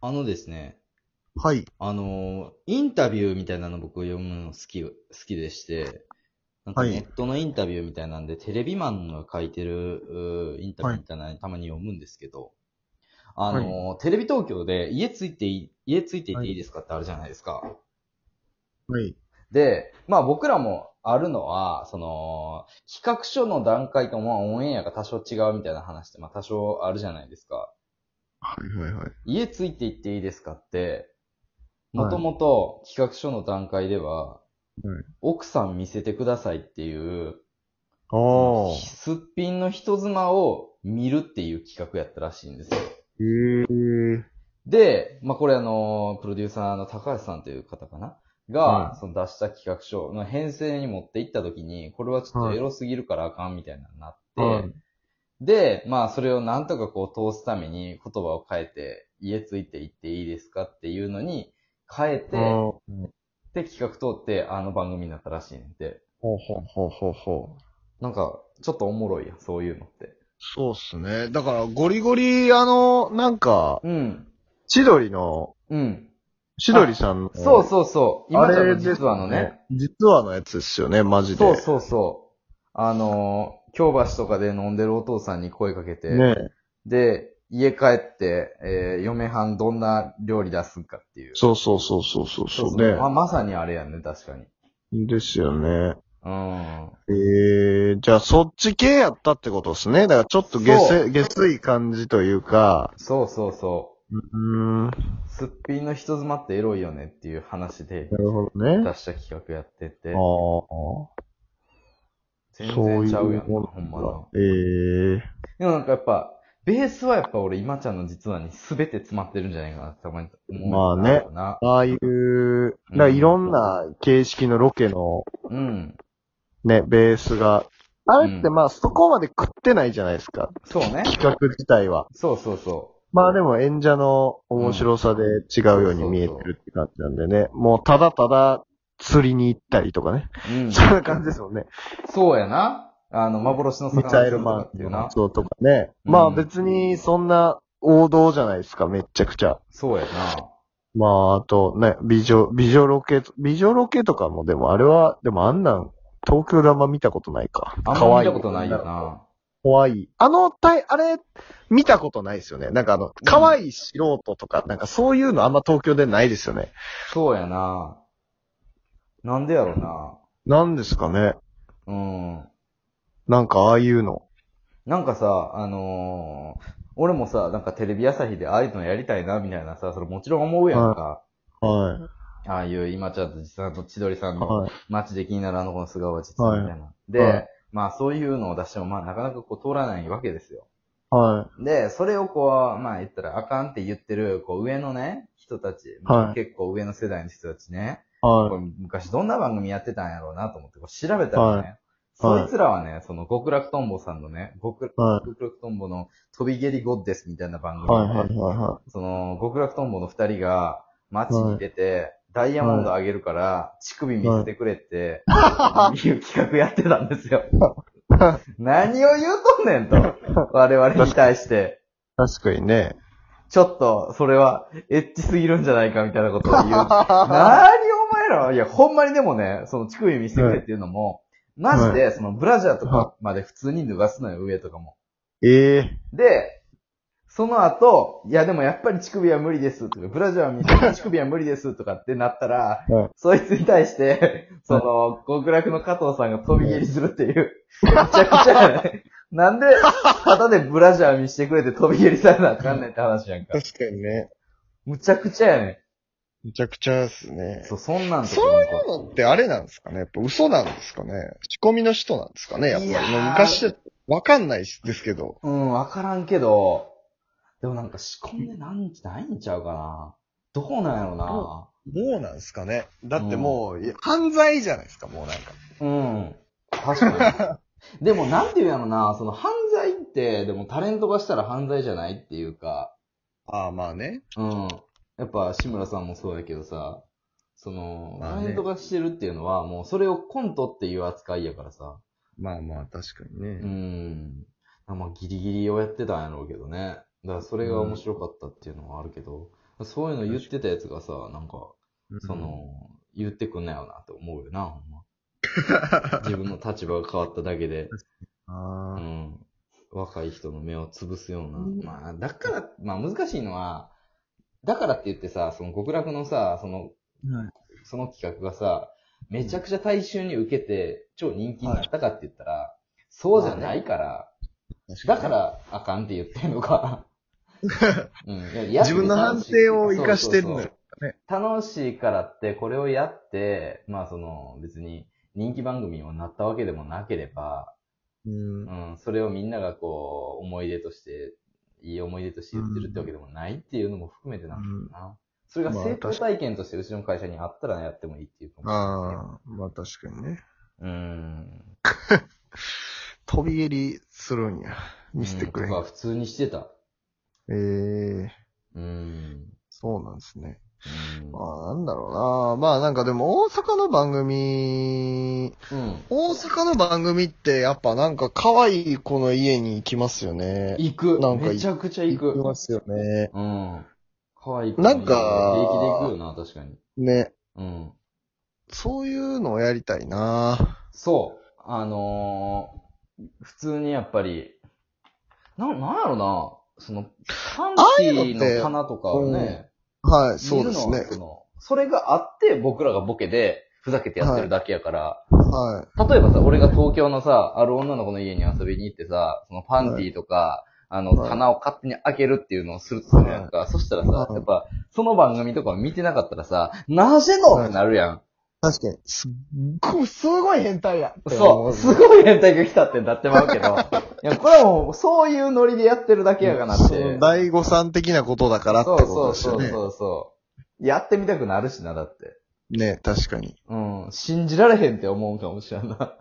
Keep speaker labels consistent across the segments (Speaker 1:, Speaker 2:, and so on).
Speaker 1: あのですね、
Speaker 2: はい。
Speaker 1: あのーインタビューみたいなの僕読むの好き、好きでして、なんか
Speaker 2: はい
Speaker 1: ネットのインタビューみたいなんで、テレビマンの書いてる、うーインタビューみたいなのたまに読むんですけど、あのーテレビ東京で家ついてい、家ついていていいですかってあるじゃないですか。
Speaker 2: はい。
Speaker 1: で、まあ僕らもあるのは、その、企画書の段階とまあオンエアが多少違うみたいな話って、まあ多少あるじゃないですか。
Speaker 2: はいはいはい。
Speaker 1: 家ついていっていいですかって、
Speaker 2: はい
Speaker 1: もともと企画書の段階では、奥さん見せてくださいっていう、
Speaker 2: あ
Speaker 1: すっぴんの人妻を見るっていう企画やったらしいんですよ。
Speaker 2: ええ
Speaker 1: で、まあ、これあの、プロデューサーの高橋さんという方かなが、
Speaker 2: はい
Speaker 1: その出した企画書の編成に持っていった時に、これはちょっとエロすぎるからあかんみたいなのになって、
Speaker 2: はい
Speaker 1: で、まあ、それをなんとかこう通すために言葉を変えて、家ついて行っていいですかっていうのに変えて、
Speaker 2: ほ
Speaker 1: で、企画通ってあの番組になったらしいんで、
Speaker 2: うほうほうほうほう。
Speaker 1: なんか、ちょっとおもろいやん、そういうのって。
Speaker 2: そうっすね。だから、ゴリゴリ、あの、なんか、
Speaker 1: うん。
Speaker 2: 千鳥の、
Speaker 1: うん。
Speaker 2: 千鳥さんの、
Speaker 1: そうそうそう。
Speaker 2: あ
Speaker 1: 今ちゃん
Speaker 2: れ
Speaker 1: の
Speaker 2: です、ね、
Speaker 1: 実はのね。。
Speaker 2: 実はのやつですよね、マジで。
Speaker 1: そうそうそう。あのー京橋とかで飲んでるお父さんに声かけて、
Speaker 2: ね
Speaker 1: で、家帰って、えー嫁はんどんな料理出すんかっていう。
Speaker 2: そうそうそうそうそうそう
Speaker 1: そう
Speaker 2: ね。
Speaker 1: ままさにあれやね、確かに。
Speaker 2: ですよね。
Speaker 1: うん。
Speaker 2: ええじゃあそっち系やったってことですね。だからちょっと下
Speaker 1: そう
Speaker 2: 水、下水感じというか、
Speaker 1: そうそうそう
Speaker 2: ーん、な
Speaker 1: う。すっぴんの人妻ってエロいよねっていう話で
Speaker 2: るほどね。
Speaker 1: 出した企画やってて、
Speaker 2: あ
Speaker 1: 全
Speaker 2: あ、そう
Speaker 1: 然
Speaker 2: い
Speaker 1: ちゃうや、
Speaker 2: うんも
Speaker 1: ほんま
Speaker 2: の
Speaker 1: な。
Speaker 2: だ。ええ
Speaker 1: でもなんかやっぱ、ベースはやっぱ俺今ちゃんの実はに全て詰まってるんじゃないかなってたまに思うんだよな。
Speaker 2: ああいう、だからいろんな形式のロケの
Speaker 1: うん。
Speaker 2: ね、ベースが、あれって
Speaker 1: うん
Speaker 2: まあそこまで食ってないじゃないですか。
Speaker 1: そうね。
Speaker 2: 企画自体は。
Speaker 1: そうそうそう。
Speaker 2: まあでも演者の面白さで違うように見えてるって感じなんでね。もうただただ釣りに行ったりとかね。
Speaker 1: うん。
Speaker 2: そんな感じですもんね。
Speaker 1: そうやな。あの、幻の
Speaker 2: ミ
Speaker 1: 魚
Speaker 2: サイル
Speaker 1: マン
Speaker 2: マ
Speaker 1: っていう
Speaker 2: ン
Speaker 1: な
Speaker 2: の。そうとかね。
Speaker 1: うん
Speaker 2: まあ別にそんな王道じゃないですか、めっちゃくちゃ。
Speaker 1: そうやな。
Speaker 2: まああとね、美女、美女ロケ、美女ロケとかもでもあれは、でもあんなん、東京であんま見たことないか。
Speaker 1: あん
Speaker 2: 可
Speaker 1: ま
Speaker 2: 愛
Speaker 1: 見たことないよ。な。
Speaker 2: 怖い。あの、たい、あれ、見たことないですよね。なんかあの、可愛い素人とか、なんかそういうのあんま東京でないですよね。
Speaker 1: そうやな。なんでやろな。
Speaker 2: なんですかね。
Speaker 1: うん。
Speaker 2: なんかああいうの。
Speaker 1: なんかさ、あのー俺もさ、なんかテレビ朝日でああいうのやりたいな、みたいなさ、それもちろん思うやんか。
Speaker 2: はい。
Speaker 1: ああいう、今ちゃんと実際の千鳥さんの
Speaker 2: はい。
Speaker 1: 街で気になるあの子の素顔は実はみたいな。
Speaker 2: は
Speaker 1: で、まあそういうのを出しても、まあなかなかこう通らないわけですよ。
Speaker 2: は
Speaker 1: で、それをこう、まあ言ったらあかんって言ってる、こう上のね、人たち、
Speaker 2: はい
Speaker 1: 結構上の世代の人たちね、
Speaker 2: い。は
Speaker 1: これ昔どんな番組やってたんやろうなと思ってこう調べたらね、
Speaker 2: はい
Speaker 1: そいつらはね、その極楽とんぼさんのね、極
Speaker 2: い。はい。
Speaker 1: 極楽とんぼの飛び蹴りゴッデスみたいな番組、
Speaker 2: はい。はい。はい。は
Speaker 1: その極楽とんぼの二人が街に出て、ダイヤモンドあげるから、乳首見せてくれって、いう企画やってたんです よ。何を言うとんねんと。我々に対して。
Speaker 2: い確かにね。
Speaker 1: ちょっと、それは、エッチすぎるんじゃないかみたいなことを言 う。なーにお前らはいや、ほんまにでもね、その乳首見せてくれっていうのも、マジで、そのブラジャーとかまで普通に脱がすのよ、上とかも。
Speaker 2: ええ
Speaker 1: で、その後、いやでもやっぱり乳首は無理ですとか、ブラジャーは見せ て乳首は無理ですとかってなったら、
Speaker 2: はい
Speaker 1: そいつに対して、その、極楽の加藤さんが飛び蹴りするって いう、めちゃくちゃやね。なんで、ただでブラジャー見せてくれて飛び蹴りされなあかんねんって話やんか。
Speaker 2: 確かにね。
Speaker 1: むちゃくちゃやね
Speaker 2: めちゃくちゃですね
Speaker 1: ん。そう、そんなんとか
Speaker 2: そういうのってあれなんですかねやっぱ嘘なんですかね仕込みの人なんですかねやっ
Speaker 1: いや
Speaker 2: ぱり。
Speaker 1: ー
Speaker 2: 昔ってわかんないですけど。
Speaker 1: うん、わからんけど、でもなんか仕込んでなんじゃないんちゃうかな。どうなんやろ
Speaker 2: どうなんですかねだってもう、いや犯罪じゃないですか、もうなんか。
Speaker 1: な。うん。確かに。 でもなんていうんやろな、その犯罪って、でもタレントがしたら犯罪じゃないっていうか、
Speaker 2: ああ、まあね。
Speaker 1: うん。やっぱ志村さんもそうやけどさ、その、
Speaker 2: まあ
Speaker 1: タ
Speaker 2: ね
Speaker 1: レントがしてるっていうのは、もうそれをコントっていう扱いやからさ、
Speaker 2: まあまあ、確かにね
Speaker 1: うん。まあ、ギリギリをやってたんやろうけどね。だからそれが面白かったっていうのはあるけど、そういうの言ってたやつがさ、なんか、
Speaker 2: うん
Speaker 1: そ、の、言ってくんなよなって思うよな、ほん ま。自分の立場が変わっただけで、う
Speaker 2: あ
Speaker 1: ん。若い人の目を潰すような。
Speaker 2: うん
Speaker 1: まあ、だから、まあ難しいのは、だからって言ってさ、その極楽のさ、その、
Speaker 2: ーはい
Speaker 1: その企画がさ、めちゃくちゃ大衆に受けて、超人気になったかって言ったら、そうじゃないから、だか、ら、あかんって言ってんのか。 うんいや
Speaker 2: 自分の反省を生かしてるのよ
Speaker 1: そうそうそう楽しいからって、これをやって、まあその、別に人気番組にもなったわけでもなければ、
Speaker 2: うん。
Speaker 1: うん、それをみんながこう、思い出として、いい思い出として言ってるってわけでもないっていうのも含めてなんだろうな。それが成功体験としてうちの会社にあったらやってもいいっていうかも
Speaker 2: ああ、まあ確かにね。
Speaker 1: うん。
Speaker 2: 飛び蹴りするんや。見せてくれへん。
Speaker 1: うんとか普通にしてた。
Speaker 2: ええ
Speaker 1: うん。
Speaker 2: そうなんですね。
Speaker 1: うん
Speaker 2: まあ、なんだろうな。まあ、なんかでも、大阪の番組、
Speaker 1: うん。
Speaker 2: 大阪の番組って、やっぱなんか、可愛い子の家に行きますよね。
Speaker 1: 行く。
Speaker 2: なんか
Speaker 1: めちゃくちゃ行く。
Speaker 2: 行きますよね。
Speaker 1: うん。かわいい。
Speaker 2: な
Speaker 1: 平気で
Speaker 2: んか
Speaker 1: 行くよな、確かに。
Speaker 2: ね。
Speaker 1: うん。
Speaker 2: そういうのをやりたいな。
Speaker 1: そう。あのー、普通にやっぱり、な、なんやろな、その、歓喜の花とかを
Speaker 2: ああいうのっ
Speaker 1: ね、
Speaker 2: はい、そうです
Speaker 1: 見るの
Speaker 2: ね
Speaker 1: は。そのそれがあって僕らがボケで、ふざけてやってるだけやから、
Speaker 2: は
Speaker 1: 例えばさ、俺が東京のさ、ある女の子の家に遊びに行ってさ、そのパンティーとか、あの、
Speaker 2: はい
Speaker 1: 棚を勝手に開けるっていうのをするとするやんか。そしたらさ、
Speaker 2: はい
Speaker 1: やっぱ、その番組とかを見てなかったらさ、なぜのってなるやん。
Speaker 2: い。確かに。すっご、すごい変態や。
Speaker 1: そう、すごい変態が来たってなってま うけど。いや、これはもう、そういうノリでやってるだけやかなって。
Speaker 2: その第五さん的なことだからって
Speaker 1: そう
Speaker 2: こと
Speaker 1: そう
Speaker 2: ですよ
Speaker 1: そう
Speaker 2: ね。
Speaker 1: そうそう。やってみたくなるしな、だって。
Speaker 2: ね、確かに。
Speaker 1: うん、信じられへんって思うかもしれんな。
Speaker 2: 確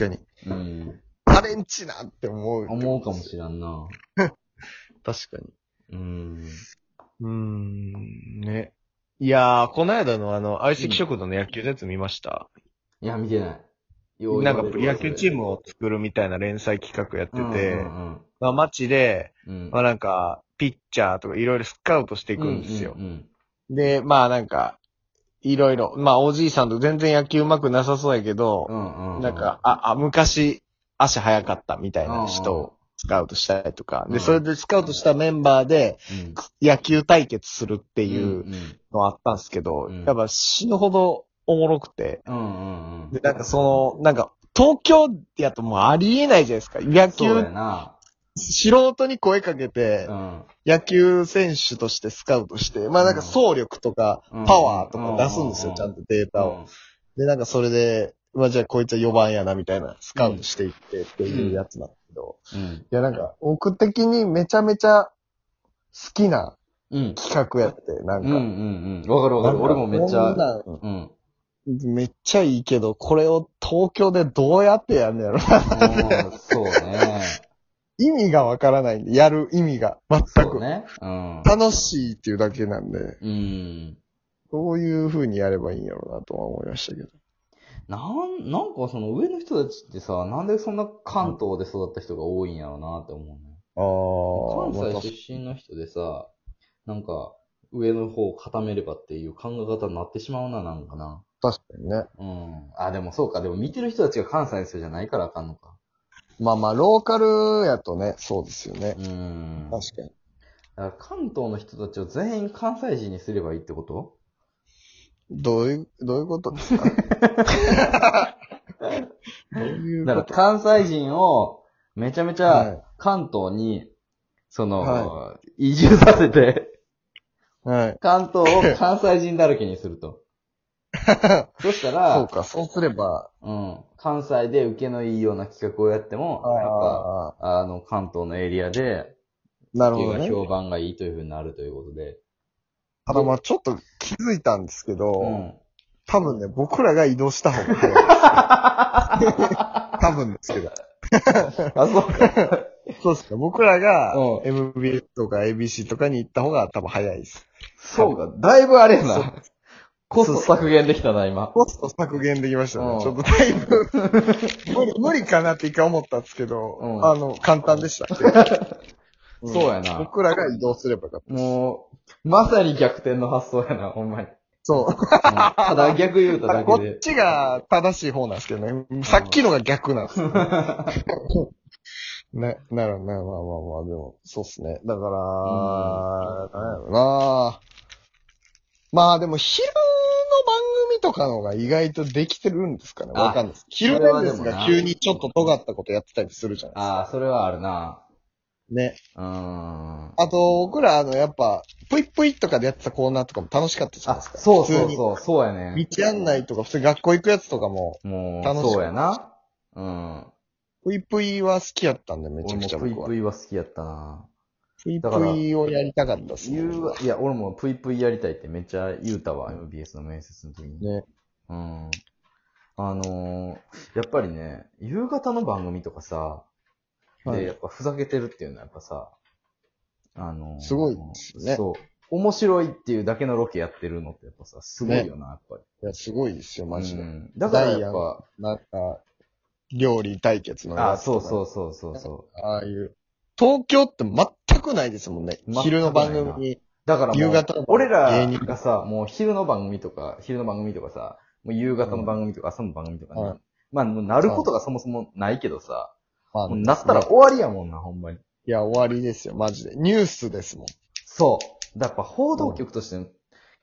Speaker 2: かに。
Speaker 1: うん、
Speaker 2: タレンチなって思う。
Speaker 1: 思うかもしれんな。
Speaker 2: 確かに。
Speaker 1: うん。
Speaker 2: うーん、ね。いやー、この間のあの、相席食堂の野球のやつ見ました、
Speaker 1: いや、見てない。よう
Speaker 2: なん
Speaker 1: 言
Speaker 2: か
Speaker 1: われるわ
Speaker 2: 野球チームを作るみたいな連載企画やってて、
Speaker 1: うん
Speaker 2: まあ街で、
Speaker 1: うんうん、
Speaker 2: まあなんか、ピッチャーとかいろいろスカウトしていくんですよ。
Speaker 1: うんうん
Speaker 2: で、まあなんか、いろいろ、まあおじいさんと全然野球うまくなさそうやけど、
Speaker 1: うん。う
Speaker 2: なんか、、あ、あ、昔、足早かったみたいな人をスカウトしたりとか、
Speaker 1: う
Speaker 2: で、
Speaker 1: ん
Speaker 2: それでスカウトしたメンバーで
Speaker 1: うん
Speaker 2: 野球対決するっていうん
Speaker 1: ん
Speaker 2: のあったんですけど、
Speaker 1: うん
Speaker 2: やっぱ死ぬほどおもろくて、
Speaker 1: うんうんうん。
Speaker 2: で、なんかその、なんか、東京やともうありえないじゃないですか。野
Speaker 1: そう
Speaker 2: 球
Speaker 1: や、な。
Speaker 2: 素人に声かけて
Speaker 1: う、ん。
Speaker 2: 野球選手としてスカウトして、まあなんか走力とか、
Speaker 1: うん
Speaker 2: パワーとか出すんです
Speaker 1: う
Speaker 2: よ、
Speaker 1: ん
Speaker 2: ちゃんとデータを。で、なんかそれで、まあじゃあこいつは4番やな、みたいな、スカウトしていってっていうやつなんだけど、
Speaker 1: うん。
Speaker 2: いやなんか、僕的にめちゃめちゃ好きな
Speaker 1: うん。
Speaker 2: 企画やって、な
Speaker 1: うんうん
Speaker 2: んか。
Speaker 1: うん。わかるわか
Speaker 2: なん
Speaker 1: る。
Speaker 2: か
Speaker 1: 俺もめっち
Speaker 2: こん
Speaker 1: ゃ。
Speaker 2: なん
Speaker 1: うん。うん
Speaker 2: めっちゃいいけど、これを東京でどうやってやんのやろな。
Speaker 1: そうね。
Speaker 2: 意味がわからないんで、やる意味が。全
Speaker 1: そ
Speaker 2: く。
Speaker 1: うね。うん。
Speaker 2: 楽しいっていうだけなんで、
Speaker 1: うん。
Speaker 2: どういう風にやればいいんやろうなとは思いましたけど。
Speaker 1: なん、なんかその上の人たちってさ、なんでそんな関東で育った人が多いんやろうなって思うね。
Speaker 2: あ
Speaker 1: 関西出身の人でさ、なんか、上の方を固めればっていう考え方になってしまうな、なんかな。
Speaker 2: 確かにね。
Speaker 1: うん。あ、でもそうか。でも見てる人たちが関西の人じゃないからあかんのか。
Speaker 2: まあまあ、ローカルやとね、そうですよね
Speaker 1: う。ん。だか
Speaker 2: 確かに。
Speaker 1: ら関東の人たちを全員関西人にすればいいってこと
Speaker 2: どういう、どういうことです かどういう
Speaker 1: だ
Speaker 2: こ
Speaker 1: から
Speaker 2: と
Speaker 1: 関西人をめちゃめち
Speaker 2: は
Speaker 1: ゃ関東に、その、移住させて、
Speaker 2: い。はい。
Speaker 1: 関東を関西人だらけにする と。そしたら、
Speaker 2: そうか、そうすれば、
Speaker 1: うん。関西で受けのいいような企画をやっても、やっぱ、
Speaker 2: ああ、
Speaker 1: あの、関東のエリアで、
Speaker 2: なる
Speaker 1: 受
Speaker 2: ほ
Speaker 1: けが
Speaker 2: どね。
Speaker 1: 評判がいいというふうになるということで。
Speaker 2: ただまあ、ちょっと気づいたんですけど、
Speaker 1: うん。
Speaker 2: 多分ね、僕らが移動した方が早い です。多分ですけど。
Speaker 1: あ、そう か。
Speaker 2: そうですか。僕らが
Speaker 1: うん
Speaker 2: MBS とか ABC とかに行った方が多分早いです。
Speaker 1: そうか。だいぶあれや
Speaker 2: そう
Speaker 1: な。コスト削減できたな、今。
Speaker 2: コスト削減できました
Speaker 1: うん
Speaker 2: ね。ちょっとだい ぶ無理、無理かなって一回思ったんですけど、
Speaker 1: うん
Speaker 2: あの、簡単でし た。
Speaker 1: そうやな
Speaker 2: 僕らが移動すればよかった。
Speaker 1: もう、まさに逆転の発想やな、 ほんまに。
Speaker 2: そう。
Speaker 1: ただ逆言うただけ
Speaker 2: こ
Speaker 1: で
Speaker 2: っ。ちが正しい方なんですけどね。さっきのが逆なんで すよ。ね、なるほどね。まあまあまあ、でも、そうっすね。だから、なんやろな。まあでも、昼の番組とかの方が意外とできてるんですかね。
Speaker 1: あ
Speaker 2: わかんないです。昼
Speaker 1: それ
Speaker 2: な
Speaker 1: は
Speaker 2: ん
Speaker 1: で
Speaker 2: で
Speaker 1: も
Speaker 2: す
Speaker 1: な
Speaker 2: が、急にちょっと尖ったことやってたりするじゃないですか。
Speaker 1: ああ、それはあるな。
Speaker 2: ね。
Speaker 1: うーん。
Speaker 2: あと、僕ら、あの、やっぱ、ぷいぷいとかでやってたコーナーとかも楽しかったじゃな
Speaker 1: あ、
Speaker 2: いですか。
Speaker 1: そう
Speaker 2: 普
Speaker 1: そう
Speaker 2: 通に
Speaker 1: そう、そうやね。
Speaker 2: 道案内とか、普通に学校行くやつとかも、
Speaker 1: もう、
Speaker 2: 楽しかった
Speaker 1: そうやな。うん。
Speaker 2: ぷいぷいは好きやったんで、め
Speaker 1: 俺
Speaker 2: ちゃく
Speaker 1: も
Speaker 2: ちゃ
Speaker 1: プイ
Speaker 2: 僕は
Speaker 1: プ。イは好きやったな。
Speaker 2: ぷい
Speaker 1: だ
Speaker 2: ぷ
Speaker 1: から
Speaker 2: いをやりたかったっすね。
Speaker 1: 言うわ、いや、俺もプイプイやりたいってめっちゃ言うたわ、MBS の面接の時に。
Speaker 2: ね。
Speaker 1: うん。あのー、やっぱりね、夕方の番組とかさ、
Speaker 2: は
Speaker 1: で、
Speaker 2: い
Speaker 1: やっぱふざけてるっていうのはやっぱさ、あのー、
Speaker 2: すごいですね
Speaker 1: そう。面白いっていうだけのロケやってるのってやっぱさ、すごいよな、やっぱり。
Speaker 2: いや、すごいですよ、マジ
Speaker 1: う
Speaker 2: で。
Speaker 1: んだからやっぱ、
Speaker 2: なんか、料理対決の
Speaker 1: あ、
Speaker 2: やつ
Speaker 1: そ
Speaker 2: と
Speaker 1: う
Speaker 2: か。
Speaker 1: そうそうそうそう。
Speaker 2: ああいう。東京って全くないですもんね
Speaker 1: 全くな。いな
Speaker 2: 昼の番組に。
Speaker 1: だからもう
Speaker 2: 夕方の
Speaker 1: 俺ら
Speaker 2: 芸人
Speaker 1: がさ、もう昼の番組とか、昼の番組とかさ、もう夕方の番組とか、朝の番組とかね。
Speaker 2: はい
Speaker 1: まあ、もうなることがそもそもないけどさ、
Speaker 2: まあ
Speaker 1: もうなったら終わりやもんな、ほんまに。
Speaker 2: いや、終わりですよ、マジで。ニュースですもん。
Speaker 1: そう。だからやっぱ報道局としての、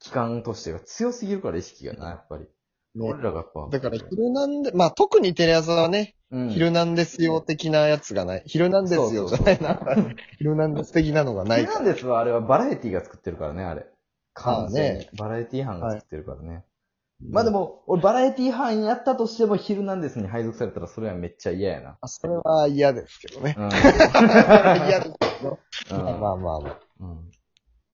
Speaker 1: 機関としてが強すぎるから意識がな、やっぱり。
Speaker 2: ね
Speaker 1: 俺らがやっぱ。
Speaker 2: だから、昼なんで、まあ、特にテレ朝はね、
Speaker 1: うん、
Speaker 2: 昼なんですよ的なやつがない。昼なんですよじ
Speaker 1: そうそう
Speaker 2: ゃ
Speaker 1: そう
Speaker 2: ないな。 昼なんです的なのがない
Speaker 1: ヒルナンデスはあれはバラエティが作ってるからね、あれ。完全に
Speaker 2: ああね
Speaker 1: バラエティ班が作ってるからね。まあで、も、俺バラエティ班やったとしても、ヒルナンデスに配属されたらそれはめっちゃ嫌やな。
Speaker 2: あ そ れは嫌ですけどね。
Speaker 1: うん。
Speaker 2: 嫌ですけど。
Speaker 1: うん
Speaker 2: まあまあまあ。
Speaker 1: うん